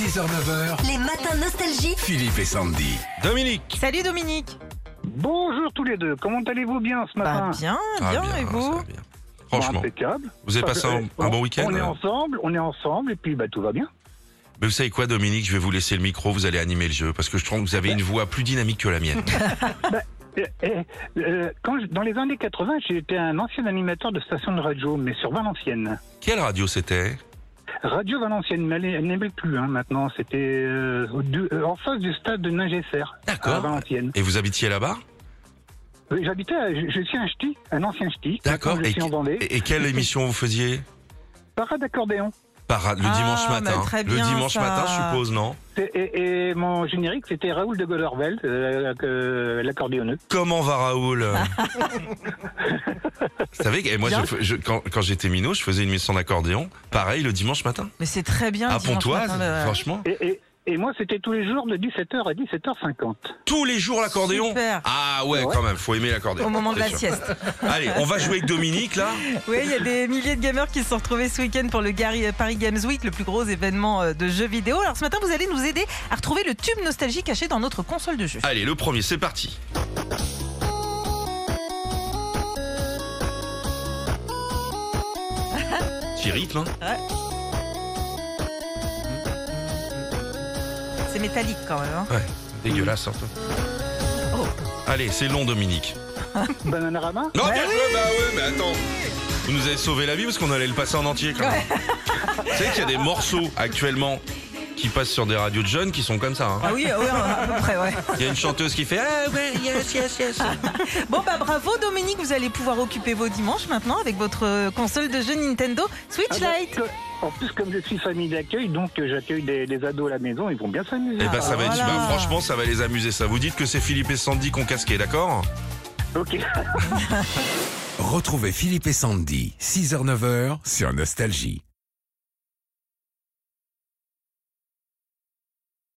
6h-9h, Les matins nostalgiques. Philippe et Sandy. Dominique Salut Dominique. Bonjour tous les deux, comment allez-vous bien ce Bah, matin bien, Ah, bien, ça et vous va bien. Bon, Franchement, Impeccable. vous avez Ça passé fait- un, un on- bon week-end On est hein ensemble, on est ensemble et puis bah, tout va bien. Mais vous savez quoi, Dominique Je vais vous laisser le micro, vous allez animer le jeu, parce que je trouve que vous avez une voix plus dynamique que la mienne. Eh, eh, euh, quand je- dans les années 80, j'étais un ancien animateur de station de radio, mais sur Valenciennes. Quelle radio c'était Radio Valenciennes, mais elle, est- elle n'aimait plus hein, maintenant. C'était euh, au- du- euh, en face du stade de Ningesser, à D'accord. Valenciennes. Et vous habitiez là-bas Oui, J'habitais, à- je, je suis un ch'ti, un ancien ch'ti. D'accord. Maintenant, Je Et, suis en Vendée. et- et quelle émission vous faisiez Parade accordéon. Par, Le Ah, dimanche bah, matin. très le bien, dimanche ça. matin, je suppose, non Et, et- et mon générique, c'était Raoul de Goderveld, euh, euh, l'accordéonneux. Comment va Raoul Vous savez, que- et moi, Bien. je- je- quand, quand j'étais minot, je faisais une mission d'accordéon, pareil, le dimanche matin, Mais c'est très bien. à le Ah, dimanche Pontoise, matin, bah euh, le- franchement. Et, et- et moi, c'était tous les jours de 17h à 17h50. Tous les jours, l'accordéon Super. Bah Ah ouais, quand même, faut aimer l'accordéon. Au moment de c'est la sûr. sieste. Allez, on va jouer avec Dominique là. Oui, il y a des milliers de gamers qui se sont retrouvés ce week-end pour le Gary- euh, Paris Games Week, le plus gros événement euh, de jeux vidéo. Alors ce matin, vous allez nous aider à retrouver le tube nostalgie caché dans notre console de jeu. Allez, le premier, c'est parti. Petit rythme, hein. C'est métallique quand même. hein. Ouais, dégueulasse surtout. Oh. Allez, c'est long Dominique. Bananarama Non, bien joué, bah ouais, mais attends. Vous nous avez sauvé la vie parce qu'on allait le passer en entier quand même. Vous savez qu'il y a des morceaux actuellement qui passent sur des radios de jeunes qui sont comme ça. hein. Ah oui, oui, à peu près, ouais. Il y a une chanteuse qui fait Ah ouais, yes, yes, yes. Bon, bah bravo Dominique, vous allez pouvoir occuper vos dimanches maintenant avec votre euh, console de jeu Nintendo Switch Ah bah, Lite. que- En plus, comme je suis famille d'accueil, donc euh, j'accueille des, des ados à la maison, ils vont bien s'amuser. Eh ben ça va être, Voilà. bah, franchement ça va les amuser ça. Vous dites que c'est Philippe et Sandy qu'on casquait, d'accord Ok. Retrouvez Philippe et Sandy, 6h-9h, sur Nostalgie.